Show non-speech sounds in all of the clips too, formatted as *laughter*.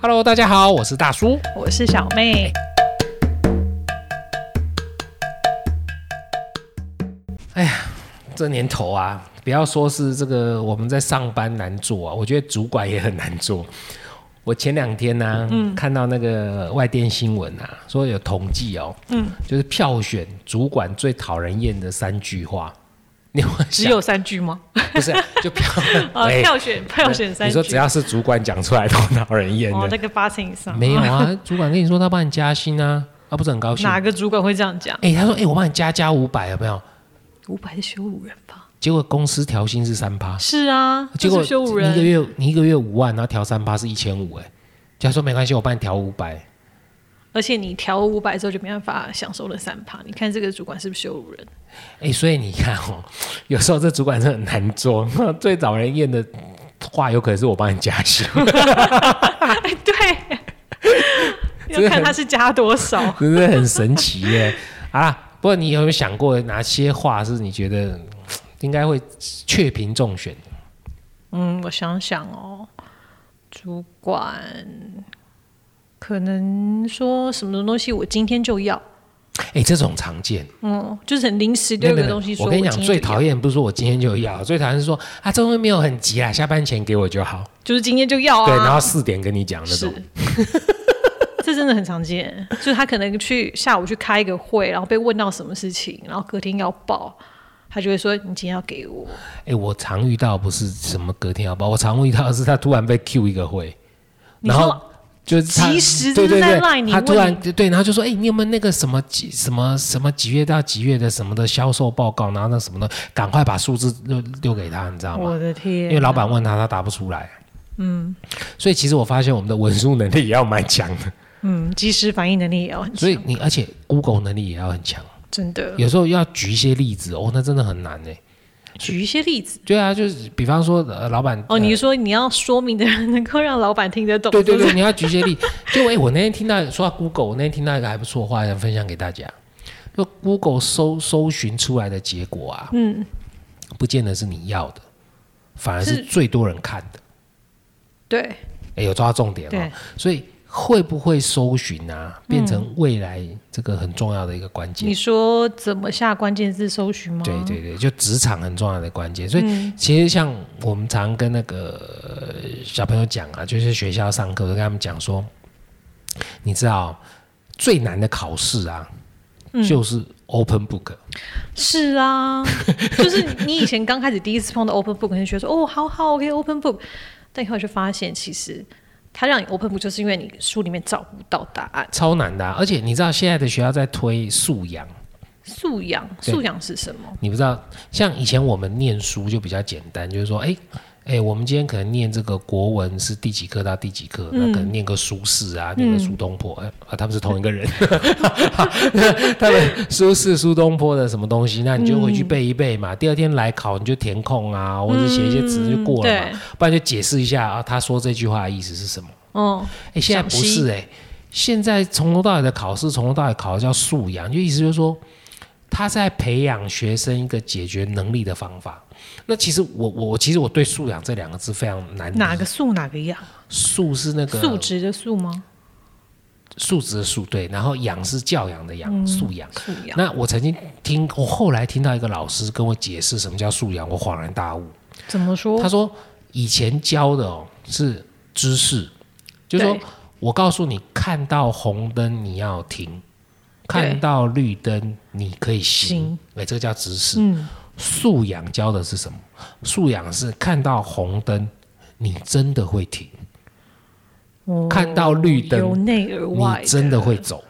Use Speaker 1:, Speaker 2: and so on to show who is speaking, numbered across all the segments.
Speaker 1: Hello，大家好，我是大叔。
Speaker 2: 我是小
Speaker 1: 哎
Speaker 2: 妹。
Speaker 1: 这年头啊，不要说是这个我们在上班难做啊，我觉得主管也很难做。我前两天呢、看到那个外电新闻啊，说有统计哦，嗯，就是票选主管最讨人厌的三句话。你有没有
Speaker 2: 只
Speaker 1: 想
Speaker 2: 有三句吗？
Speaker 1: 不是就 *laughs* 票
Speaker 2: 啊，
Speaker 1: 哎
Speaker 2: 票选票选三句。
Speaker 1: 你说只要是主管讲出来都讨人厌
Speaker 2: 哦，
Speaker 1: 的，
Speaker 2: 那个八成以上。
Speaker 1: 没有啊？主管跟你说他帮你加薪啊，他、不是很高兴？
Speaker 2: 哪个主管会这样讲？
Speaker 1: 哎、他说哎、我帮你加加五百有没有？
Speaker 2: 五百是羞辱人吧？
Speaker 1: 结果公司调薪是三趴，
Speaker 2: 是啊，
Speaker 1: 结
Speaker 2: 就
Speaker 1: 果
Speaker 2: 是羞辱
Speaker 1: 你一个
Speaker 2: 人。
Speaker 1: 月你一个月五万，然后调三趴是一千五，哎，就他说没关系，我帮你调五百。
Speaker 2: 而且你调五百之后就没办法享受了三趴。你看这个主管是不是羞辱
Speaker 1: *laughs*
Speaker 2: 人？
Speaker 1: 哎，所以你看哦， *laughs* 有时候这主管是很难做。最早人厌的话，有可能是我帮你加薪， *laughs*
Speaker 2: 哎，对，要看他是加多少。
Speaker 1: 真的很神奇耶。 *laughs* 好啦，不过你有没有想过哪些话是你觉得嗯应该会确评中选？
Speaker 2: 嗯，我想想哦，主管可能说什么东西我今天就要，
Speaker 1: 哎，这种常见。
Speaker 2: 嗯，就是很临时
Speaker 1: 没
Speaker 2: 丢
Speaker 1: 有
Speaker 2: 一
Speaker 1: 没有没
Speaker 2: 个东
Speaker 1: 有
Speaker 2: 西，说
Speaker 1: 我跟你
Speaker 2: 今
Speaker 1: 讲，
Speaker 2: 天
Speaker 1: 最
Speaker 2: 就要
Speaker 1: 讨厌不是说我今天就要，最讨厌是说啊，这东西没有很急啊，下班前给我就好。
Speaker 2: 就是今天就要啊。
Speaker 1: 对，然后四点跟你讲那
Speaker 2: 是 *laughs*
Speaker 1: 种。，
Speaker 2: 这真的很常见。就是他可能去下午去开一个会，然后被问到什么事情，然后隔天要报，他就会说：“你今天要给我。
Speaker 1: 哎、我常遇到不是什么隔天要报，我常遇到的是他突然被 Q 一个会，”
Speaker 2: 你
Speaker 1: 然后
Speaker 2: 说
Speaker 1: 就是他
Speaker 2: 及时
Speaker 1: 对
Speaker 2: 就
Speaker 1: 对
Speaker 2: 是在
Speaker 1: 对
Speaker 2: line 里，
Speaker 1: 他
Speaker 2: 问
Speaker 1: 突然
Speaker 2: 你
Speaker 1: 对，然后就说：“哎、你有没有那个什么几什么什么几月到几月的什么的销售报告？然后那什么的，赶快把数字丢丢给他，你知道吗？”
Speaker 2: 我的天，
Speaker 1: 因为老板问他，他答不出来。嗯，所以其实我发现我们的文书能力也要蛮强的，
Speaker 2: 嗯，及时反应能力也要很强，嗯
Speaker 1: 所以你而且 Google 能力也要很强，
Speaker 2: 真的
Speaker 1: 有时候要举一些例子哦，那真的很难呢。
Speaker 2: 举一些例子。
Speaker 1: 对啊，就是比方说，呃，老板
Speaker 2: 哦，你是说你要说明的人能够让老板听得懂，
Speaker 1: 对对
Speaker 2: 是不
Speaker 1: 对，
Speaker 2: 是
Speaker 1: 你要举一些例。就哎、我那天听到说到 Google，我那天听到一个还不错的话，想分享给大家。就 Google 搜搜寻出来的结果啊，嗯，不见得是你要的，反而是
Speaker 2: 是
Speaker 1: 最多人看的。
Speaker 2: 对
Speaker 1: 哎、有抓到重点哦
Speaker 2: 对。嗯
Speaker 1: 所以会不会搜寻啊，变成未来这个很重要的一个关键
Speaker 2: 你？说怎么下关键字搜寻吗？
Speaker 1: 对对对，就职场很重要的关键。所以其实像我们常跟那个呃小朋友讲啊，就是学校上课，我跟他们讲说，你知道最难的考试啊，就是 open book。
Speaker 2: 是啊，
Speaker 1: *laughs*
Speaker 2: 就是你以前刚开始第一次碰到 Open Book，你就觉得说哦，好好，OK Open Book，但以后就发现其实它让你 Open Book，就是因为你书里面找不到答案。
Speaker 1: 超难的啊、而且你知道现在的学校在推素养，
Speaker 2: 素养，
Speaker 1: 对
Speaker 2: 素养是什么？
Speaker 1: 你不知道，像以前我们念书就比较简单，就是说，哎。哎，我们今天可能念这个国文是第几课到第几课，那可能念个苏轼啊，念个苏东坡，哎啊，他们是同一个人， *laughs* 他们苏轼、苏东坡的什么东西，那你就回去背一背嘛。第二天来考，你就填空啊，或者写一些词就过了嘛，
Speaker 2: 嗯对
Speaker 1: 不然就解释一下啊，他说这句话的意思是什么。
Speaker 2: 哦，
Speaker 1: 哎，现在不是哎、现在从头到尾的考试，从头到尾考的叫素养，就意思就是说，他在培养学生一个解决能力的方法。那其实我我我其实我对素养这两个字非常难理解。
Speaker 2: 哪个素哪个养？
Speaker 1: 素是那个
Speaker 2: 素质的素吗？
Speaker 1: 素质的素对，然后养是教养的养、
Speaker 2: 嗯
Speaker 1: 素养。
Speaker 2: 素养。
Speaker 1: 那我曾经听，我后来听到一个老师跟我解释什么叫素养，我恍然大悟。
Speaker 2: 怎么说
Speaker 1: 他？说以前教的哦是知识，就是说
Speaker 2: 对
Speaker 1: 我告诉你，看到红灯你要停，
Speaker 2: 对
Speaker 1: 看到绿灯你可以行
Speaker 2: 行，
Speaker 1: 哎，这个叫知识。
Speaker 2: 嗯，
Speaker 1: 素养教的是什么？素养是看到红灯你真的会停，
Speaker 2: 哦
Speaker 1: 看到绿灯
Speaker 2: 由内而外，哎
Speaker 1: 你真的会走。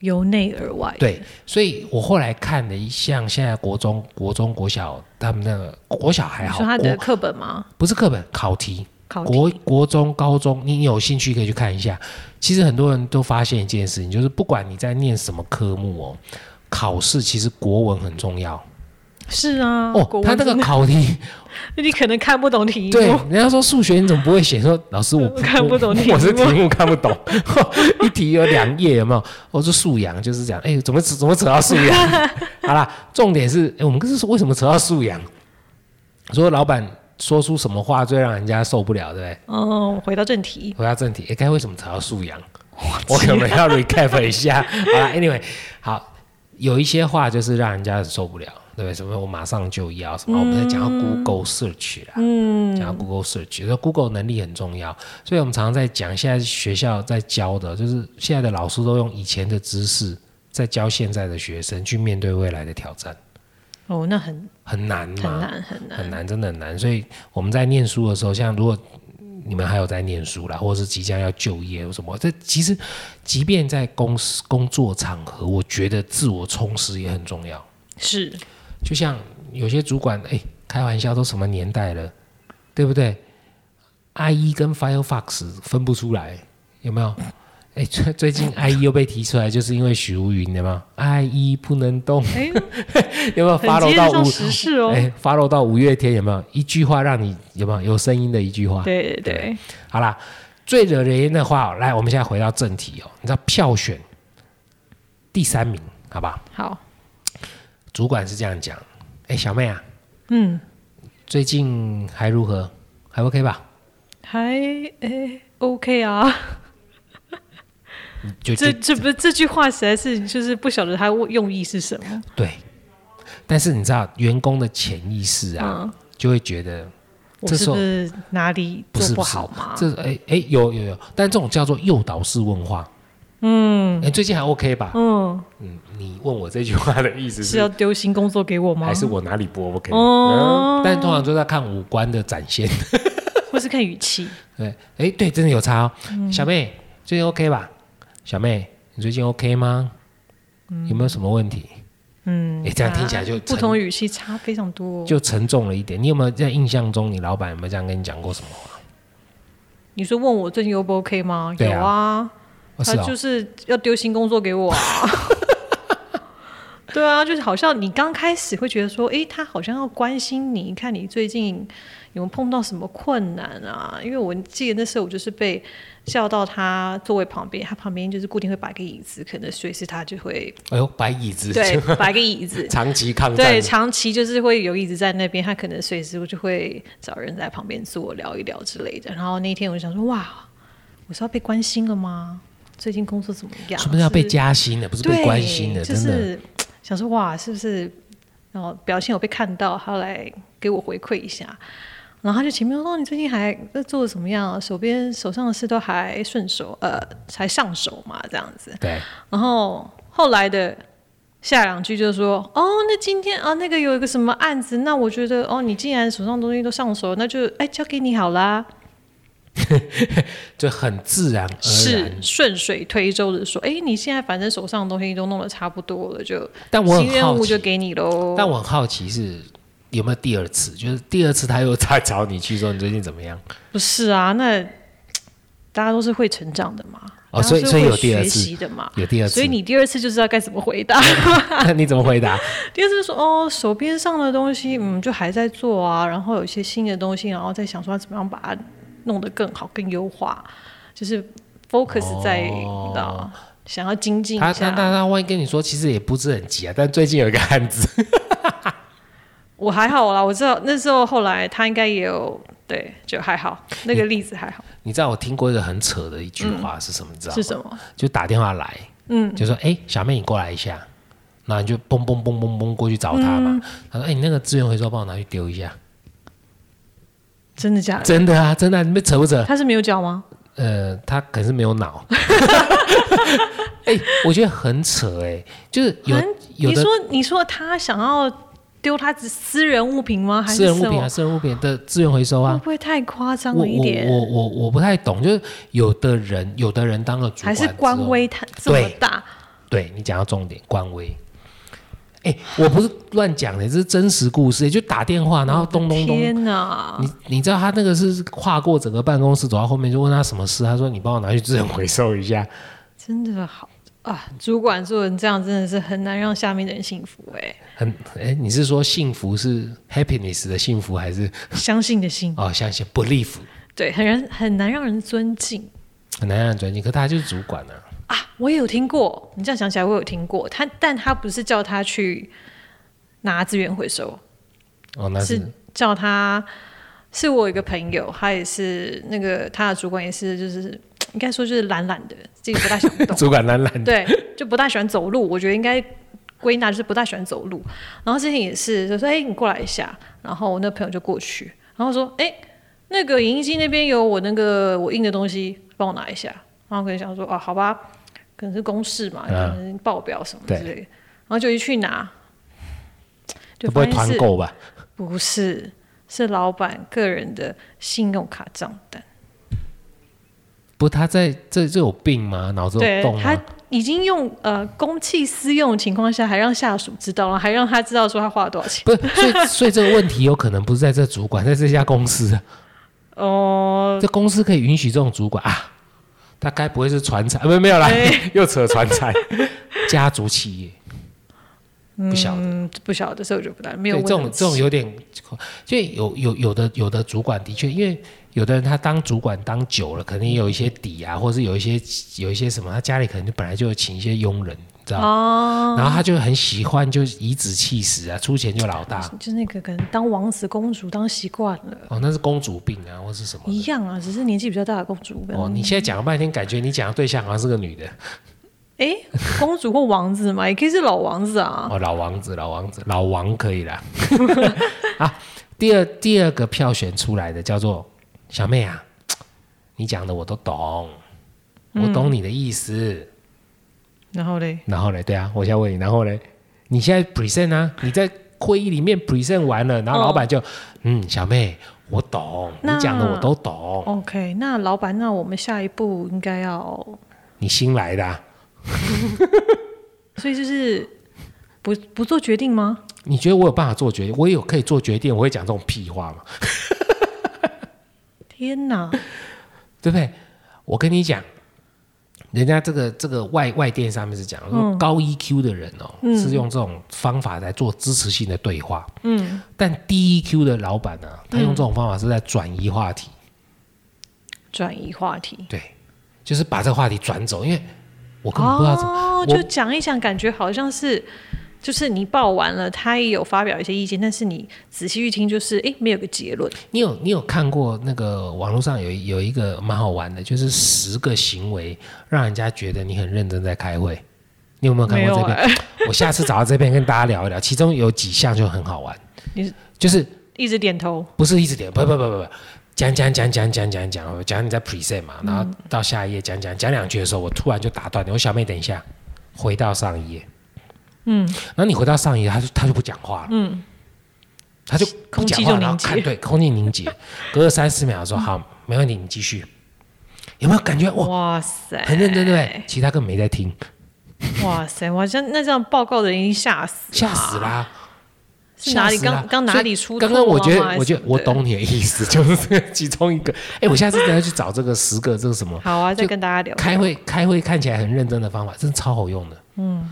Speaker 2: 由内而外。，
Speaker 1: 对，所以我后来看了一项现在国中、国中、国小他们那个国小还
Speaker 2: 你
Speaker 1: 好
Speaker 2: 说，他
Speaker 1: 国
Speaker 2: 的课本吗？
Speaker 1: 不是课本考题，
Speaker 2: 考题
Speaker 1: 国国中、高中，你有兴趣可以去看一下。其实很多人都发现一件事情，就是不管你在念什么科目哦，考试其实国文很重要
Speaker 2: 是啊，
Speaker 1: 哦
Speaker 2: 国。文
Speaker 1: 他那个
Speaker 2: 真的
Speaker 1: 考题，
Speaker 2: *laughs* 你可能看不懂题
Speaker 1: 对，
Speaker 2: 目，
Speaker 1: 人家说数学你怎么不会写？说老师我
Speaker 2: 我 *laughs* 看不懂题目
Speaker 1: 我是题目看不懂， *laughs* 一题有两页，有没有？我说素养就是这样，哎，怎么扯怎么扯到素养？
Speaker 2: *laughs*
Speaker 1: 好啦，重点是，哎，我们可是说为什么扯到素养？说老板说出什么话最让人家受不了，对不对？
Speaker 2: 嗯，回到正题，
Speaker 1: 回到正题，诶该为什么才要素养？ *laughs* 我可能要 recap 一下。 *laughs* 好啦 anyway，好，有一些话就是让人家很受不了，对不对？什么我马上就要什么，哦我们在讲到 Google search 啦，嗯，讲到 Google search，所以 Google 能力很重要。所以我们常常在讲，现在学校在教的，就是现在的老师都用以前的知识在教现在的学生去面对未来的挑战，
Speaker 2: 哦，那很
Speaker 1: 很难嘛，
Speaker 2: 很难很难。
Speaker 1: 很难，真的很难。所以我们在念书的时候，像如果你们还有在念书啦，或者是即将要就业或什么，这其实即便在公司工作场合，我觉得自我充实也很重要。
Speaker 2: 是，
Speaker 1: 就像有些主管，哎，开玩笑，都什么年代了，对不对？IE 跟 Firefox 分不出来，有没有？哎，最最近 IE 又被提出来，就是因为许茹芸的嘛，IE E 不能动，
Speaker 2: 哎，
Speaker 1: *laughs* 有没有
Speaker 2: 很接
Speaker 1: follow
Speaker 2: 得
Speaker 1: 到
Speaker 2: 上
Speaker 1: 五
Speaker 2: 时事哦。
Speaker 1: 哎，follow 到五月天有没有一句话让你有没有有声音的一句话？
Speaker 2: *laughs* 对对对，
Speaker 1: 好啦，最惹人的话哦，来，我们现在回到正题哦。你知道票选第三名，好吧？
Speaker 2: 好，
Speaker 1: 主管是这样讲，哎，小妹啊，
Speaker 2: 嗯，
Speaker 1: 最近还如何？还 OK 吧？
Speaker 2: 还哎 OK 啊。
Speaker 1: 就
Speaker 2: 这
Speaker 1: 就
Speaker 2: 这不这句话实在是就是不晓得他用意是什么。
Speaker 1: 对。但是你知道，员工的潜意识啊，
Speaker 2: 嗯，
Speaker 1: 就会觉得
Speaker 2: 我
Speaker 1: 这
Speaker 2: 是
Speaker 1: 时候
Speaker 2: 不是哪里
Speaker 1: 不
Speaker 2: 做
Speaker 1: 是
Speaker 2: 好嘛？
Speaker 1: 是这哎哎有有有，但这种叫做诱导式问话。嗯，哎，最近还 OK 吧？
Speaker 2: 嗯，
Speaker 1: 嗯，你问我这句话的意思
Speaker 2: 是要丢新工作给我吗？
Speaker 1: 还是我哪里不 OK？、
Speaker 2: 哦
Speaker 1: 嗯但通常都在看五官的展现。嗯
Speaker 2: 或是看语
Speaker 1: *laughs*
Speaker 2: 气？
Speaker 1: 对，哎，对，真的有差哦。
Speaker 2: 嗯
Speaker 1: 小妹最近 OK 吧？小妹，你最近 OK 吗？有没有什么问题？
Speaker 2: 嗯
Speaker 1: 哎，这样听起来就
Speaker 2: 啊不
Speaker 1: 沉
Speaker 2: 同语气差非常多。
Speaker 1: 就沉重了一点。你有没有在印象中，你老板有没有这样跟你讲过什么话？
Speaker 2: 你说问我最近 O 不 OK 吗？
Speaker 1: 对啊
Speaker 2: 有啊，
Speaker 1: 哦、
Speaker 2: 他
Speaker 1: 是
Speaker 2: 就
Speaker 1: 哦，
Speaker 2: 是要丢新工作给我啊。 *laughs* 对啊，就是好像你刚开始会觉得说，诶，他好像要关心你，看你最近有没有碰到什么困难啊？因为我记得那时候我就是被叫到他座位旁边，他旁边就是固定会摆个椅子，可能随时他就会
Speaker 1: 哎呦，摆椅子， *laughs*
Speaker 2: 对 *laughs* 摆个椅子，
Speaker 1: 长期抗战
Speaker 2: 对，，长期就是会有一直在那边，他可能随时就会找人在旁边坐聊一聊之类的。然后那一天我就想说，哇，我是要被关心了吗？最近工作怎么样？
Speaker 1: 是不是要被
Speaker 2: 是
Speaker 1: 加薪了？不是
Speaker 2: 对
Speaker 1: 被关心了，
Speaker 2: 就
Speaker 1: 真的。
Speaker 2: 是想说哇，是不是？然后表现有被看到，他来给我回馈一下。然后他就前面说：“哦，你最近还在做的怎么样？手边手上的事都还顺手，呃，才上手嘛，这样子。”
Speaker 1: 对， *laughs*
Speaker 2: 然后后来的下两句就是说，哦，那今天啊，那个有一个什么案子，那我觉得哦，你既然手上东西都上手，那就哎交给你好啦，
Speaker 1: 哎就很自然而
Speaker 2: 是
Speaker 1: 然。
Speaker 2: 顺水推舟的说，哎，你现在反正手上的东西都弄得差不多了，就
Speaker 1: 但我很
Speaker 2: 新任
Speaker 1: 好
Speaker 2: 务就
Speaker 1: 奇，
Speaker 2: 给你喽。
Speaker 1: 但我很好奇是有没有第二次，就是第二次他又再找你去说你最近怎么
Speaker 2: *laughs*
Speaker 1: 样？
Speaker 2: 不是啊，那大家都是会成长的嘛，
Speaker 1: 哦，
Speaker 2: 大家
Speaker 1: 所以
Speaker 2: 是
Speaker 1: 所以
Speaker 2: 会
Speaker 1: 有第二
Speaker 2: 学
Speaker 1: 次，
Speaker 2: 习的嘛。
Speaker 1: 有第二次，
Speaker 2: 所以你第二次就知道该怎么回答。
Speaker 1: *laughs* 那你怎么回
Speaker 2: *laughs*
Speaker 1: 答？
Speaker 2: 第二次说哦，手边上的东西，嗯，就还在做啊，然后有一些新的东西，然后再想说要怎么样把它弄得更好、更优化，就是 focus 在、
Speaker 1: 哦
Speaker 2: 你知道想要精进
Speaker 1: 他
Speaker 2: 一
Speaker 1: 他他
Speaker 2: 下。
Speaker 1: 他万一跟你说，其实也不是很急啊，但最近有一个案子，
Speaker 2: 我还好啦，我知道那时候后来他应该也有对，就还好，那个例子还好、
Speaker 1: 你知道我听过一个很扯的一句话是什么？你知道
Speaker 2: 是
Speaker 1: 吗？
Speaker 2: 什么？
Speaker 1: 就打电话来，嗯，就说哎、小妹你过来一下，然后你就嘣嘣嘣嘣嘣过去找他
Speaker 2: 嗯
Speaker 1: 嘛。他说哎、你那个资源回收帮我拿去丢一下， *laughs*
Speaker 2: 真的假的？
Speaker 1: 真的啊，真的、啊，你们扯不扯？
Speaker 2: 他是没有讲吗？
Speaker 1: 呃，他可能是没有脑。 *laughs* 哎、我觉得很扯哎、就是有
Speaker 2: 很
Speaker 1: 有
Speaker 2: 你
Speaker 1: 的
Speaker 2: 说你说他想要丢他自私人物品吗？还
Speaker 1: 私
Speaker 2: 是
Speaker 1: 人
Speaker 2: 什
Speaker 1: 物品
Speaker 2: 么？
Speaker 1: 啊，私人物品的资源回收啊
Speaker 2: 会，不会太夸张
Speaker 1: 我
Speaker 2: 了一
Speaker 1: 我
Speaker 2: 点？
Speaker 1: 我我我不太懂，就是有的人有的人当了主
Speaker 2: 还
Speaker 1: 管
Speaker 2: 是官
Speaker 1: 之后，
Speaker 2: 威太这么
Speaker 1: 对
Speaker 2: 大？
Speaker 1: 对你讲到重点，官威。哎、我不是乱讲的，这是真实故事，欸就打电话，然后咚咚咚。
Speaker 2: 天哪！
Speaker 1: 你你知道他那个是跨过整个办公室走到后面，就问他什么事，他说你帮我拿去资源回收一下。
Speaker 2: 真的好啊！主管做人这样真的是很难让下面的人幸福哎、
Speaker 1: 很哎、你是说幸福是 happiness 的幸福，还是
Speaker 2: 相信的心，
Speaker 1: 哦相信 belief
Speaker 2: 对，很难很难让人尊敬
Speaker 1: 很难让人专心？可他就是主管啊，
Speaker 2: 啊！我也有听过，你这样想起来，我有听过他，但他不是叫他去拿资源回收，
Speaker 1: 哦那
Speaker 2: 是叫他是我有一个朋友，他也是那个他的主管也是，就是应该说就是懒懒的，自己不大想动，
Speaker 1: 主管懒懒的，
Speaker 2: 对，就不大喜欢走路。我觉得应该归纳就是不大喜欢走路。然后之前也是，就说：“哎、你过来一下。”然后我那朋友就过去，然后说：“哎、那个影印机那边有我那个我印的东西，帮我拿一下。”然后可能想说：“啊，好吧，可能是公事嘛，可
Speaker 1: 嗯
Speaker 2: 能报表什么之类的。”然后就一去拿，就
Speaker 1: 他不会
Speaker 2: 发现
Speaker 1: 团
Speaker 2: 是
Speaker 1: 购吧？
Speaker 2: 不是，是老板个人的信用卡账单。
Speaker 1: 不是他在这这有病吗？脑子有
Speaker 2: 对
Speaker 1: 洞
Speaker 2: 他
Speaker 1: 吗？
Speaker 2: 已经用呃公器私用的情况下，还让下属知道了，还让他知道说他花了多少钱。
Speaker 1: 不是，所以 *laughs* 所以这个问题有可能不是在这主管，在这家公司啊，
Speaker 2: 哦、
Speaker 1: 这公司可以允许这种主管啊？他该不会是传产？啊不，没有啦，
Speaker 2: 哎
Speaker 1: *laughs* 又扯传产，家族企业，不晓得。
Speaker 2: 嗯，不晓得，所以我就不大没有
Speaker 1: 对，
Speaker 2: 问
Speaker 1: 这
Speaker 2: 那
Speaker 1: 种
Speaker 2: 么
Speaker 1: 这种
Speaker 2: 细
Speaker 1: 有点，就有有有的有的主管的确，因为有的人他当主管当久了，可能也有一些底
Speaker 2: 嗯
Speaker 1: 啊，或是有一些有一些什么，他家里可能就本来就有请一些佣人，你知道吗？
Speaker 2: 哦，
Speaker 1: 然后他就很喜欢，就颐指气使啊，出钱就老大。
Speaker 2: 就那个可能当王子公主当习惯了。
Speaker 1: 哦，那是公主病啊，或是什么的
Speaker 2: 一样啊，只是年纪比较大的公主。
Speaker 1: 哦，你现在讲了半天，感觉你讲的对象好像是个女的。
Speaker 2: 哎，公主或王子嘛，也可以是老王子啊。
Speaker 1: 哦，老王子，老王子，老王可以啦。 *laughs* 好，第二第二个票选出来的叫做小妹啊，你讲的我都懂，我懂你的意思。
Speaker 2: 然后嘞，
Speaker 1: 然后嘞，对啊，我先问你，然后嘞，你现在 present 啊，你在会议里面 present 完了，然后
Speaker 2: 哦
Speaker 1: 老板就、嗯，小妹，我懂，你
Speaker 2: 那
Speaker 1: 讲的我都懂，
Speaker 2: OK，那老板，那我们下一步应该要，
Speaker 1: 你新来的、啊，
Speaker 2: 所以就是不不做决定吗？
Speaker 1: 你觉得我有办法做决定？我也有可以做决定，我会讲这种屁话吗？
Speaker 2: 天哪，
Speaker 1: 对不对？我跟你讲，人家这个这个外外电上面是讲
Speaker 2: 嗯
Speaker 1: 说高 EQ 的人哦，是用这种方法来做支持性的对话，
Speaker 2: 嗯，
Speaker 1: 但低 EQ 的老板呢、啊他用这种方法是在转移话题，
Speaker 2: 转移话题，
Speaker 1: 对，就是把这个话题转走，因为我根本不知道怎么。
Speaker 2: 哦，
Speaker 1: 我
Speaker 2: 就讲一讲，感觉好像是，就是你报完了，他也有发表一些意见，但是你仔细去听，就是哎，诶没有个结论。
Speaker 1: 你有你有看过那个网络上有一有一个蛮好玩的，就是十个行为让人家觉得你很认真在开会，你有没有看过这篇？
Speaker 2: 哎、
Speaker 1: 我下次找到这篇跟大家聊一聊，其中有几项就很好玩，
Speaker 2: *laughs* 你是
Speaker 1: 就是
Speaker 2: *laughs* 一直点头，
Speaker 1: 不是一直点，不不不不不，讲讲讲讲讲讲讲讲你在 preset 嘛，然后
Speaker 2: 嗯
Speaker 1: 到下一页讲讲讲两句的时候，我突然就打断你，我说小妹等一下，回到上一页，嗯，然后你回到上一页，他就他就不讲话了，嗯，他就不讲
Speaker 2: 空气
Speaker 1: 话，
Speaker 2: 就
Speaker 1: 然后
Speaker 2: 凝结嗯
Speaker 1: 看对空气凝结，隔了三四秒说好，没问题，你继续，有没有感觉哇？
Speaker 2: 哇哎塞，
Speaker 1: 很认真，对不对？其实他根本没在听，
Speaker 2: 哇塞，我像那这样报告的人已经吓死，
Speaker 1: 吓死
Speaker 2: 了，
Speaker 1: 啦！
Speaker 2: 是哪里
Speaker 1: 吓死啦
Speaker 2: 刚刚哪里出错啊？
Speaker 1: 刚刚我觉
Speaker 2: 还
Speaker 1: 得，
Speaker 2: 是
Speaker 1: 我觉得
Speaker 2: 什么
Speaker 1: 我
Speaker 2: 的。
Speaker 1: 懂你的意思， *laughs* 就是这个其中一个。哎，我下次等下去找这个十个这个什么
Speaker 2: 好啊，再
Speaker 1: 就
Speaker 2: 跟大家聊。
Speaker 1: 开会开会看起来很认真的方法，真的超好用的，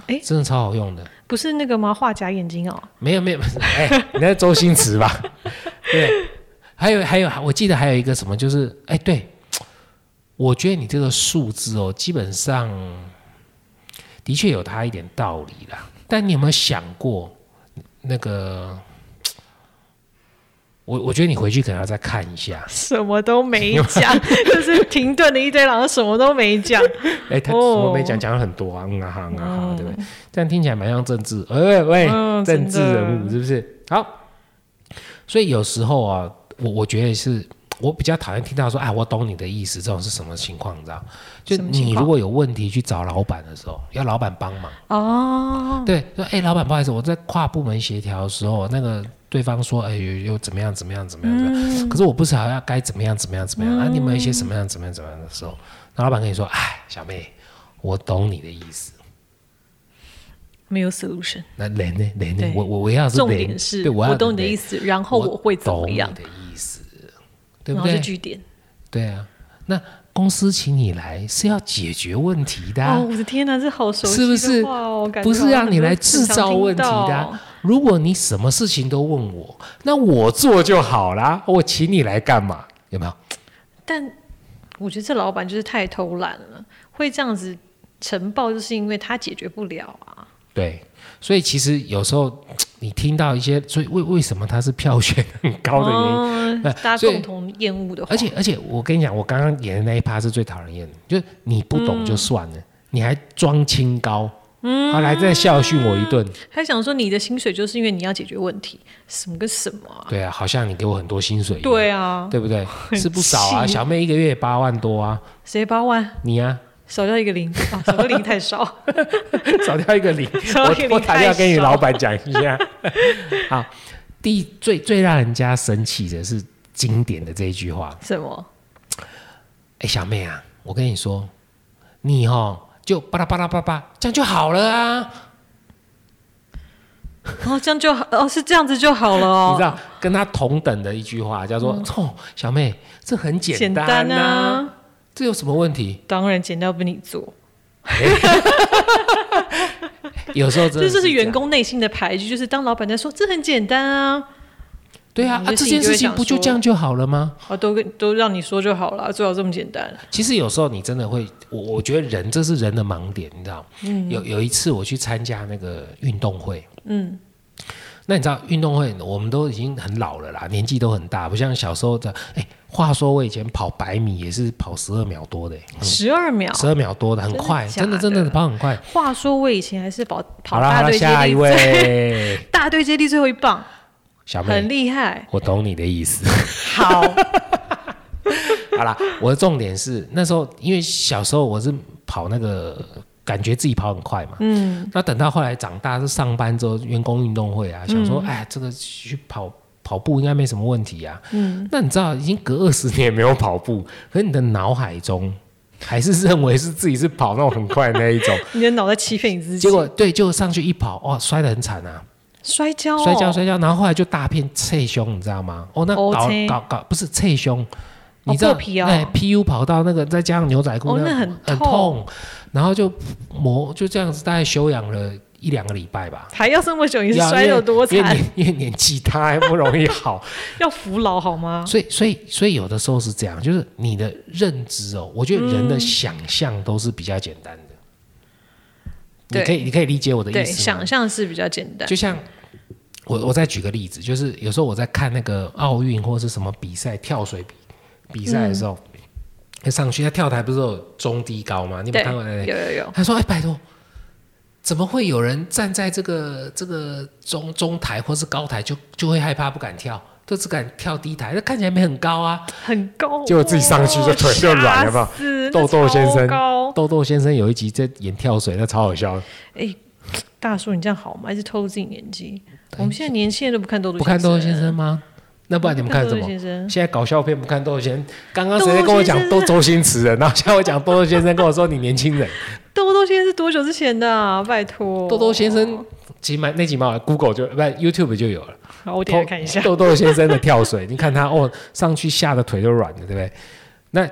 Speaker 2: 哎，
Speaker 1: 真的超好用的。
Speaker 2: 不是那个吗？画假眼
Speaker 1: *laughs*
Speaker 2: 睛哦，
Speaker 1: 没有没有，哎、你那是周星驰吧？ *laughs* 对，还有还有，我记得还有一个什么，就是哎、对，我觉得你这个数字哦，基本上的确有它一点道理啦。但你有没有想过，那个，我我觉得你回去可能要再看一下。
Speaker 2: 什么都没讲， *laughs* 就是停顿了一堆，然后什么都没讲。
Speaker 1: *laughs* 哎、他
Speaker 2: 哦
Speaker 1: 什么没讲，讲了很多啊，嗯啊哈，嗯啊哈，对不对？这样听起来蛮像政治，哎喂喂，
Speaker 2: 嗯
Speaker 1: 政治
Speaker 2: 真的
Speaker 1: 人物是不是？好，所以有时候啊，我我觉得是我比较讨厌听到说，哎，我懂你的意思，这种是什么情况？你知道？就
Speaker 2: 什么情
Speaker 1: 你
Speaker 2: 况
Speaker 1: 如果有问题去找老板的时候，要老板帮忙。
Speaker 2: 哦，
Speaker 1: 对，说哎、老板，不好意思，我在跨部门协调的时候，那个对方说，哎、有有怎么样怎么样怎么样怎么样，
Speaker 2: 嗯
Speaker 1: 可是我不知道要该怎么样怎么样怎么样、啊，你们有一些什么样怎么样怎么样的时候，那老板跟你说，哎，小妹，我懂你的意思。
Speaker 2: 没有 solution。
Speaker 1: 那人呢？人呢
Speaker 2: 对？
Speaker 1: 我我我啊要是人
Speaker 2: 重点是
Speaker 1: 对，我要
Speaker 2: 我懂你的
Speaker 1: 人
Speaker 2: 意思，然后我会怎么样
Speaker 1: 我？懂你的意思，对
Speaker 2: 然
Speaker 1: 不
Speaker 2: 后是
Speaker 1: 对？
Speaker 2: 据点。
Speaker 1: 对啊，那公司请你来是要解决问题的啊、
Speaker 2: 哦，我的天哪，这好熟悉
Speaker 1: 是不是
Speaker 2: 的话哦，感觉
Speaker 1: 不是
Speaker 2: 好像
Speaker 1: 让你来制造问题的
Speaker 2: 很
Speaker 1: 啊、
Speaker 2: 常听到哦
Speaker 1: 如果你什么事情都问我，那我做就好啦。我请你来干嘛？有没有？
Speaker 2: 但我觉得这老板就是太偷懒了，会这样子呈报，就是因为他解决不了啊。
Speaker 1: 对，所以其实有时候你听到一些，所以为为什么它是票选很高的原因？
Speaker 2: 哦
Speaker 1: 哎
Speaker 2: 大家
Speaker 1: 所以
Speaker 2: 共同厌恶的话，
Speaker 1: 而且而且，我跟你讲，我刚刚演的那一趴是最讨人厌的，就是你不懂
Speaker 2: 嗯
Speaker 1: 就算了，你还装清高，嗯，后来再教训我一顿，
Speaker 2: 还想说你的薪水就是因为你要解决问题，什么跟什么啊？
Speaker 1: 对啊，好像你给我很多薪水，、
Speaker 2: 对啊，
Speaker 1: 对不
Speaker 2: *laughs*
Speaker 1: 对？是不少啊，
Speaker 2: 气
Speaker 1: 小妹一个月八万多啊，
Speaker 2: 谁八万
Speaker 1: 你啊，
Speaker 2: 少掉一个零啊，少个零太少，
Speaker 1: 少掉一个
Speaker 2: *laughs*
Speaker 1: 零，
Speaker 2: 少掉一
Speaker 1: 我
Speaker 2: 个
Speaker 1: 我
Speaker 2: 零
Speaker 1: 打
Speaker 2: 太
Speaker 1: 电
Speaker 2: 少。
Speaker 1: 话跟你老板讲一下。 *laughs* 好，第一最最让人家生气的是经典的这一句话，
Speaker 2: 什么？
Speaker 1: 哎、小妹啊，我跟你说，你哦就巴拉巴拉巴拉巴拉，这样就好了啊。
Speaker 2: 哦，这样就好，哦，是这样子就好了
Speaker 1: 你 *laughs* 知
Speaker 2: 哦。嗯
Speaker 1: 道跟他同等的一句话叫做“哦，小妹，这很简
Speaker 2: 简
Speaker 1: 单
Speaker 2: 单
Speaker 1: 啊，
Speaker 2: 啊，
Speaker 1: 这有什么问题
Speaker 2: 当然简单不你做，？”
Speaker 1: 有时候真的
Speaker 2: 这就是是
Speaker 1: 这样
Speaker 2: 员工内心的排拒，就是当老板在说这很简单啊，
Speaker 1: 对啊，啊
Speaker 2: 你
Speaker 1: 这
Speaker 2: 的
Speaker 1: 件
Speaker 2: 心里就会
Speaker 1: 事情
Speaker 2: 想
Speaker 1: 不就
Speaker 2: 说
Speaker 1: 这样就好了吗？
Speaker 2: 啊都跟都让你说就好了，最好这么简单。
Speaker 1: 其实有时候你真的会，我我觉得人这是人的盲点，你知道吗？有有一次我去参加那个运动会，
Speaker 2: 嗯，
Speaker 1: 那你知道运动会我们都已经很老了啦，年纪都很大，不像小时候的。哎，话说我以前跑百米也是跑十二秒多的、
Speaker 2: 十二秒。
Speaker 1: 十二秒多的，很
Speaker 2: 真的
Speaker 1: 快，
Speaker 2: 假
Speaker 1: 真的真的
Speaker 2: 的
Speaker 1: 跑很快。
Speaker 2: 话说我以前还是跑
Speaker 1: 好
Speaker 2: 跑
Speaker 1: 啦
Speaker 2: 大
Speaker 1: 好啦，
Speaker 2: 队接
Speaker 1: 下一
Speaker 2: 力，
Speaker 1: 位
Speaker 2: *laughs* 大队接力最后一棒，
Speaker 1: *laughs* 小妹
Speaker 2: 很，厉害。
Speaker 1: 我懂你的意思。
Speaker 2: 好，
Speaker 1: *laughs* 好啦，我的重点是那时候，因为小时候我是跑那个，感觉自己跑很快嘛。
Speaker 2: 嗯，
Speaker 1: 那等到后来长大，是上班之后员工运动会啊，想说，哎、这个去跑跑步应该没什么问题啊。嗯，那你知道已经隔二十年没有跑步，可是你的脑海中还是认为是自己是跑那种很快的那一种，
Speaker 2: *laughs* 你的脑袋欺骗你自己。
Speaker 1: 结果对，就上去一跑，哇，摔得很惨啊。
Speaker 2: 摔跤、哦，
Speaker 1: 摔跤摔跤，然后后来就大片侧胸，你知道吗？哦，那
Speaker 2: 哦
Speaker 1: 搞
Speaker 2: 切
Speaker 1: 搞搞不是侧胸，你知道
Speaker 2: 破皮哦
Speaker 1: 哎，PU 跑到那个，再加上牛仔裤，
Speaker 2: 哦
Speaker 1: 那
Speaker 2: 那很
Speaker 1: 很
Speaker 2: 痛
Speaker 1: 痛，然后就磨就这样子，大概休养了一两个礼拜吧。
Speaker 2: 还要这么久，你是
Speaker 1: 要
Speaker 2: 摔
Speaker 1: 因为
Speaker 2: 得多
Speaker 1: 因为
Speaker 2: 惨？
Speaker 1: 年 *laughs* 因为年纪大还不容易好，
Speaker 2: *laughs* 要服老好吗？
Speaker 1: 所以所以所以有的时候是这样，就是你的认知哦，我觉得人
Speaker 2: 嗯
Speaker 1: 的想象都是比较简单的。你
Speaker 2: 对
Speaker 1: 可以你可以理解我的意
Speaker 2: 对，
Speaker 1: 思吗
Speaker 2: 想？象是比较简单。
Speaker 1: 就像我我再举个例子，就是有时候我在看那个奥运或是什么比赛跳水比比赛的时
Speaker 2: 嗯
Speaker 1: 候，他上去他跳台不是有中低高吗？你有没
Speaker 2: 对，
Speaker 1: 有看过？哎
Speaker 2: 有有有，
Speaker 1: 他说：“哎，拜托，怎么会有人站在这个这个中中台或是高台就就会害怕不敢跳？”都只敢跳低台，那看起来没很高啊。
Speaker 2: 很高哦，
Speaker 1: 结果自己上去就腿就软了有没有
Speaker 2: 吓死
Speaker 1: 豆豆先生
Speaker 2: 那超高，
Speaker 1: 豆豆先生有一集在演跳水，那超好笑的，
Speaker 2: 哎大叔，你这样好吗？还是透露自己年纪？我们现在年轻人都不看豆豆，
Speaker 1: 不看豆豆先，生吗？那不然你们
Speaker 2: 不看
Speaker 1: 看
Speaker 2: 豆
Speaker 1: 什
Speaker 2: 豆
Speaker 1: 么？
Speaker 2: 先生，
Speaker 1: 现在搞笑片不看豆豆先生，刚刚谁
Speaker 2: 豆豆
Speaker 1: 在跟我讲
Speaker 2: 先
Speaker 1: 都
Speaker 2: 生
Speaker 1: 周星驰人，然后现在我讲豆豆先生跟我说你年轻人，
Speaker 2: 豆豆先生是多久之前的啊？拜托，
Speaker 1: 豆豆先生其实蛮那几蛮好玩，Google 就不是 YouTube 就有了。
Speaker 2: 好，我点开看一下。
Speaker 1: 豆豆先生的跳水，你看他哦上去吓得腿就软了，对不对？那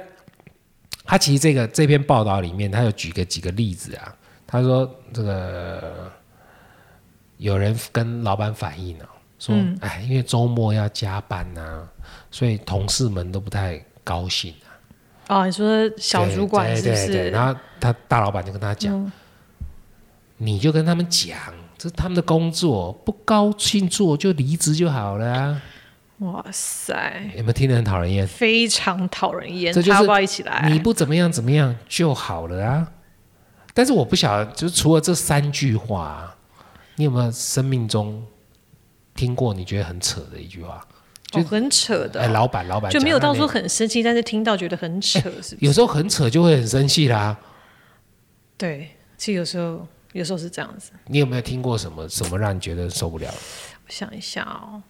Speaker 1: 他其实这个这篇报道里面，他有举个几个例子啊，他说这个有人跟老板反映啊，说
Speaker 2: 嗯
Speaker 1: 哎、因为周末要加班呐、所以同事们都不太高兴。
Speaker 2: 啊，你说小主管
Speaker 1: 对
Speaker 2: 是不
Speaker 1: 对对对，
Speaker 2: 是？嗯
Speaker 1: 然后他大老板就跟他讲，你就跟他们讲，这是他们的工作，不高兴做就离职就好了、啊。
Speaker 2: 哇塞，
Speaker 1: 有没有听得很讨人厌？
Speaker 2: 非常讨人厌，
Speaker 1: 这就是
Speaker 2: 他要不要一起
Speaker 1: 你
Speaker 2: 来？哦
Speaker 1: 不怎么样怎么样就好了啊。但是我不晓得，就是除了这三句话啊，你有没有生命中听过你觉得很扯的一句话？就
Speaker 2: 哦，很扯的
Speaker 1: 哎，，老板，老板
Speaker 2: 就没有
Speaker 1: 讲
Speaker 2: 到
Speaker 1: 那
Speaker 2: 说
Speaker 1: 你
Speaker 2: 很生气，但是听到觉得很扯，是不是？
Speaker 1: 有时候很扯就会很生气啦。
Speaker 2: 对，其实有时候有时候是这样子。
Speaker 1: 你有没有听过什么什么让你觉得受不了？
Speaker 2: 我想一下哦，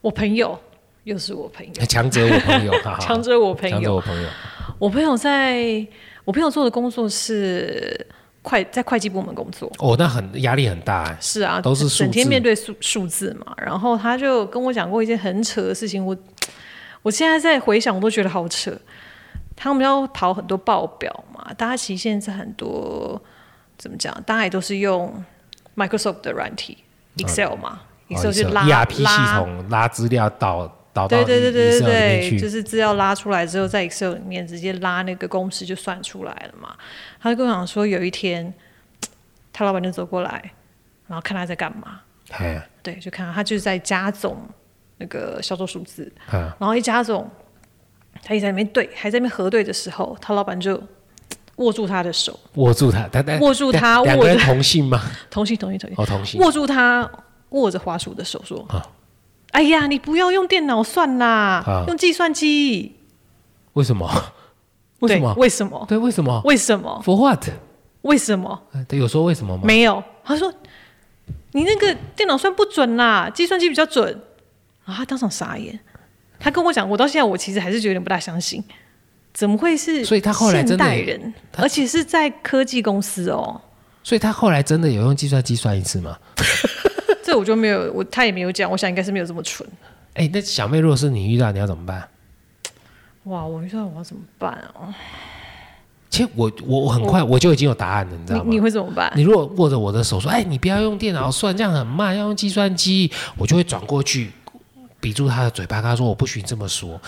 Speaker 2: 我朋友又是我朋友，
Speaker 1: 哎强者我朋友，哈哈
Speaker 2: *laughs* 强者我朋
Speaker 1: 啊强者
Speaker 2: 友，
Speaker 1: 我朋友。
Speaker 2: 我朋友在我朋友做的工作是会在会计部门工作。
Speaker 1: 哦，那很压力很大哎、
Speaker 2: 是啊，
Speaker 1: 都是数
Speaker 2: 整天
Speaker 1: 字
Speaker 2: 面对数数字嘛。然后他就跟我讲过一件很扯的事情，我我现在在回想，我都觉得好扯。他们要跑很多报表嘛，大家其实现在很多怎么讲，大家也都是用 Microsoft 的软体 Excel 嘛、
Speaker 1: 哦
Speaker 2: Excel 去拉、
Speaker 1: ERP 系
Speaker 2: 拉。
Speaker 1: 统拉资料导导到
Speaker 2: 对对对对
Speaker 1: Excel 里
Speaker 2: 对
Speaker 1: 面
Speaker 2: 对，
Speaker 1: 去，
Speaker 2: 就是资料拉出来之后，在 Excel 里面直接拉那个公式就算出来了嘛。他就跟我讲说，有一天他老板就走过来，然后看他在干嘛。
Speaker 1: 嘿，
Speaker 2: 对，就看到他就是在加总那个销售数字，
Speaker 1: 嗯
Speaker 2: 然后一加总，他一直在那边对，还在那边核对的时候，他老板就握住他的手，
Speaker 1: 握住他，他他
Speaker 2: 握住他
Speaker 1: 两两
Speaker 2: 握
Speaker 1: 个人
Speaker 2: 着
Speaker 1: 同性吗？
Speaker 2: 同情同情同情，
Speaker 1: 哦，同性。
Speaker 2: 握住他握着滑鼠的手说：“
Speaker 1: 啊
Speaker 2: 哎呀，你不要用电脑算啦，
Speaker 1: 啊
Speaker 2: 用计算机。
Speaker 1: 为什么？ *laughs* 为
Speaker 2: 对
Speaker 1: 什”么？
Speaker 2: 为什么？
Speaker 1: 对，为什么
Speaker 2: *laughs* 为什么？
Speaker 1: ？For what？
Speaker 2: 为什么？
Speaker 1: 呃对有说为什么吗？
Speaker 2: 没有，他说你那个电脑算不准啦，计算机比较准。然后他当场傻眼，他跟我讲，我到现在我其实还是觉得有点不大相信，怎么会是？
Speaker 1: 所以他后来真
Speaker 2: 现
Speaker 1: 的
Speaker 2: 代人，而且是在科技公司哦， *laughs*
Speaker 1: 所以他后来真的有用计算机算一次吗？
Speaker 2: 这我就没有，我他也没有讲，我想应该是没有这么蠢。
Speaker 1: 哎，那小妹，如果是你遇到，你要怎么办？
Speaker 2: 哇，我遇到我要怎么办哦？
Speaker 1: 其实我我我很快我就已经有答案了，你知道
Speaker 2: 嗯你
Speaker 1: 吗
Speaker 2: 你？会怎么办？
Speaker 1: 你如果握着我的手说：“哎，你不要用电脑算，这样很慢，要用计算机。”我就会转过去，比住他的嘴巴，跟他说：“我不许你这么说，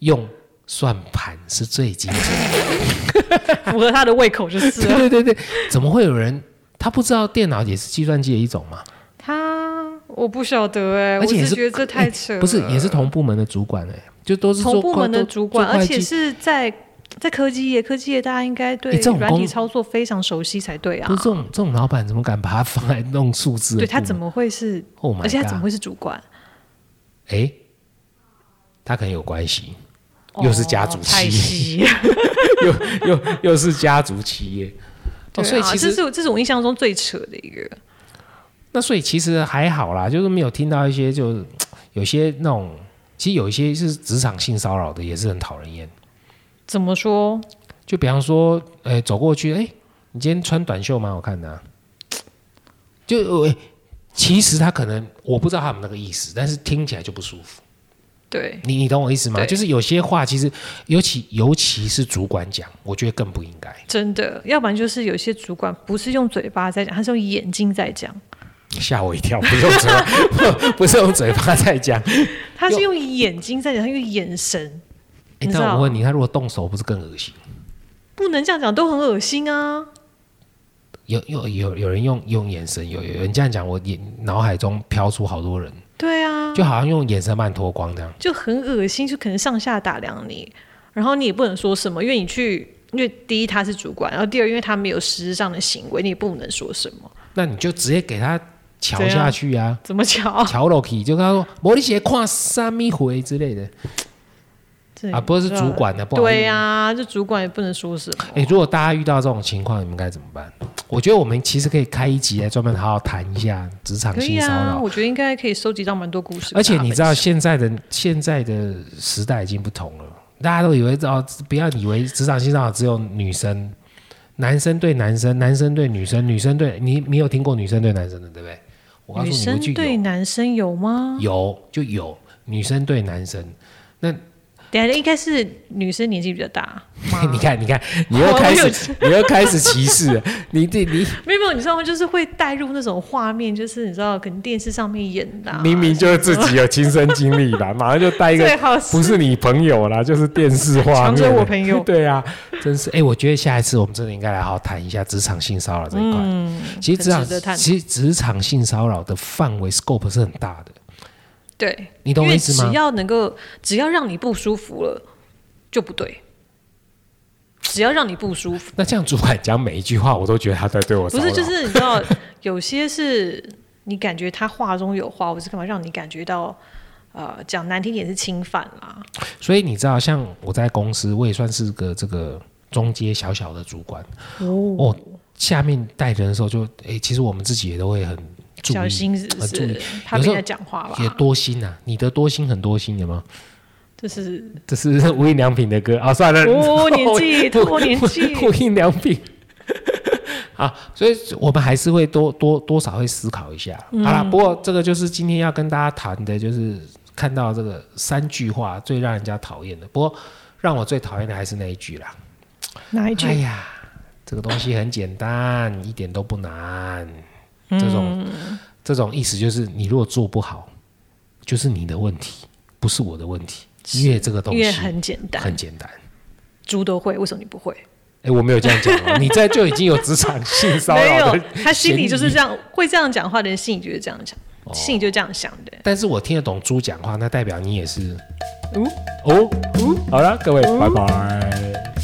Speaker 1: 用算盘是最精准的。
Speaker 2: 符合他的胃口就”是
Speaker 1: *laughs*
Speaker 2: 了。
Speaker 1: 对对对对，怎么会有人他不知道电脑也是计算机的一种吗？
Speaker 2: 他我不晓得哎、
Speaker 1: 而且也
Speaker 2: 我
Speaker 1: 是
Speaker 2: 是觉得这太扯了、
Speaker 1: 不是，也是同部门的主管哎、就都是做
Speaker 2: 同部
Speaker 1: 会
Speaker 2: 门的
Speaker 1: 都
Speaker 2: 主管，
Speaker 1: 做会
Speaker 2: 而
Speaker 1: 计
Speaker 2: 且是在在科技业，科技业大家应该对
Speaker 1: 诶这种
Speaker 2: 软体
Speaker 1: 工
Speaker 2: 操作非常熟悉才对啊
Speaker 1: 不。是这种这种老板怎么敢把他放在弄数字的部门？
Speaker 2: 对他怎么会是？
Speaker 1: ？Oh my
Speaker 2: 而且他怎么
Speaker 1: god！
Speaker 2: 会是主管？
Speaker 1: 哎、他可能有关系，又是家族
Speaker 2: 哦
Speaker 1: 企
Speaker 2: 菜
Speaker 1: 业， *laughs*
Speaker 2: 系，
Speaker 1: 又又又是家族企业。哦，所
Speaker 2: 对
Speaker 1: 以
Speaker 2: 啊，
Speaker 1: 其
Speaker 2: 这
Speaker 1: 实
Speaker 2: 是我这是我印象中最扯的一个。
Speaker 1: 那所以其实还好啦，就是没有听到一些就是有些那种，其实有一些是职场性骚扰的，也是很讨人厌。
Speaker 2: 怎么说？
Speaker 1: 就比方说，哎、走过去，哎、你今天穿短袖蛮好看的、啊，就我、哎其实他可能我不知道他们那个意思，但是听起来就不舒服。
Speaker 2: 对，
Speaker 1: 你你懂我意思吗？
Speaker 2: 对
Speaker 1: 就是有些话其实，尤其尤其是主管讲，我觉得更不应该。
Speaker 2: 真的，要不然就是有些主管不是用嘴巴在讲，他是用眼睛在讲，
Speaker 1: 吓我一跳，不是用嘴巴， *laughs* 不是用嘴巴在讲。
Speaker 2: 他是用眼睛在讲，他用眼神，
Speaker 1: 哎、
Speaker 2: 你知道
Speaker 1: 那我问你，他如果动手，不是更恶心？
Speaker 2: 不能这样讲，都很恶心啊。
Speaker 1: 有有有有人用用眼神，有有人这样讲，我眼脑海中飘出好多人，
Speaker 2: 对啊，
Speaker 1: 就好像用眼神把你脱光这样。
Speaker 2: 就很恶心，就可能上下打量你，然后你也不能说什么，因为你去，因为第一他是主管，然后第二因为他没有实质上的行为，你也不能说什么。
Speaker 1: 那你就直接给他瞧下去啊，
Speaker 2: 怎么巧？
Speaker 1: 瞧落去，就跟他说“摩力鞋跨三米回”之类的
Speaker 2: 这
Speaker 1: 啊，不过是主管的、不好意思。
Speaker 2: 对呀、就主管也不能说什么。
Speaker 1: 哎、如果大家遇到这种情况，你们该怎么办？我觉得我们其实可以开一集来专门好好谈一下职场
Speaker 2: 可
Speaker 1: 性
Speaker 2: 以
Speaker 1: 骚
Speaker 2: 啊，
Speaker 1: 扰。
Speaker 2: 我觉得应该可以收集到蛮多故事。
Speaker 1: 而且你知道，现在的现在的时代已经不同了，大家都以为哦，不要以为职场性骚扰只有女生，男生对男生，男生对女生，女生对你，你有听过女生对男生的对不对？我告诉
Speaker 2: 女
Speaker 1: 你，我
Speaker 2: 生
Speaker 1: 就
Speaker 2: 对
Speaker 1: 有
Speaker 2: 男生有吗？
Speaker 1: 有就有女生对男生，
Speaker 2: 等一下应该是女生年纪比较大吗
Speaker 1: *laughs* 你看你看，你又开
Speaker 2: 我
Speaker 1: 始你又开始歧视了，你你
Speaker 2: *laughs*
Speaker 1: 你
Speaker 2: 没有没有，你知道吗？就是会带入那种画面，就是你知道，可能电视上面演的、啊，
Speaker 3: 明明就是自己有亲身经历啦，马上就带一个
Speaker 2: 最好
Speaker 3: 不是你朋友
Speaker 2: *laughs*
Speaker 3: 啦，就是电视画
Speaker 2: 强
Speaker 3: 面。
Speaker 2: 着我朋友
Speaker 3: *laughs* 对啊，
Speaker 1: 真是哎、我觉得下一次我们真的应该来好好谈一下职场性骚扰这一块。
Speaker 2: 嗯，
Speaker 1: 其实职
Speaker 2: 很值
Speaker 1: 场
Speaker 2: 得探讨
Speaker 1: 其实职场性骚扰的范围 scope 是很大的，
Speaker 2: 对，
Speaker 1: 你懂
Speaker 2: 因
Speaker 1: 我
Speaker 2: 为
Speaker 1: 意思吗
Speaker 2: 只？要能够，只要让你不舒服了，就不对。只要让你不舒服，
Speaker 1: 那这样主管讲每一句话，我都觉得他在对我
Speaker 2: 不
Speaker 1: 骚扰。
Speaker 2: 是就是你知道， *laughs* 有些是你感觉他话中有话，我是干嘛让你感觉到，呃，讲难听点是侵犯啦。
Speaker 1: 所以你知道，像我在公司，我也算是个这个中阶小小的主管，
Speaker 2: 哦，
Speaker 1: 下面带人的时候就，哎，其实我们自己也都会很注
Speaker 2: 小
Speaker 1: 意，
Speaker 2: 心啊是不
Speaker 1: 很注
Speaker 2: 是
Speaker 1: 意？
Speaker 2: 怕
Speaker 1: 有
Speaker 2: 被
Speaker 1: 时
Speaker 2: 人
Speaker 1: 候
Speaker 2: 家讲话吧？
Speaker 1: 也多心呐、你的多心很多心，有吗？ *laughs*
Speaker 2: 就是
Speaker 1: 这是无印良品的歌啊、算了，
Speaker 2: 哦，年纪拖年纪，
Speaker 1: *laughs* 无印良品。 *laughs* 啊，所以我们还是会多多多少会思考一下。
Speaker 2: 嗯
Speaker 1: 好啦，不过这个就是今天要跟大家谈的，就是看到这个三句话最让人家讨厌的。不过让我最讨厌的还是那一句啦。
Speaker 2: 哪一
Speaker 1: 哎
Speaker 2: 句？
Speaker 1: 呀，这个东西很简单，一点都不难。这种、
Speaker 2: 嗯
Speaker 1: 这种意思就是，你如果做不好，就是你的问题，不是我的问题。因为这个东
Speaker 2: 因
Speaker 1: 西
Speaker 2: 为很简单，
Speaker 1: 很简单。
Speaker 2: 猪都会，为什么你不会？
Speaker 1: 哎，我没有这样讲
Speaker 2: *laughs*
Speaker 1: 哦，你在就已经有职场性骚
Speaker 2: 没
Speaker 1: 扰的
Speaker 2: 有，他心里就是
Speaker 1: 嫌疑哦
Speaker 2: 这样，会这样讲话的人心里就是这样想，心里就这样想的。
Speaker 1: 但是我听得懂猪讲话，那代表你也是
Speaker 2: 嗯
Speaker 1: 哦。
Speaker 3: 好了，各位，拜拜。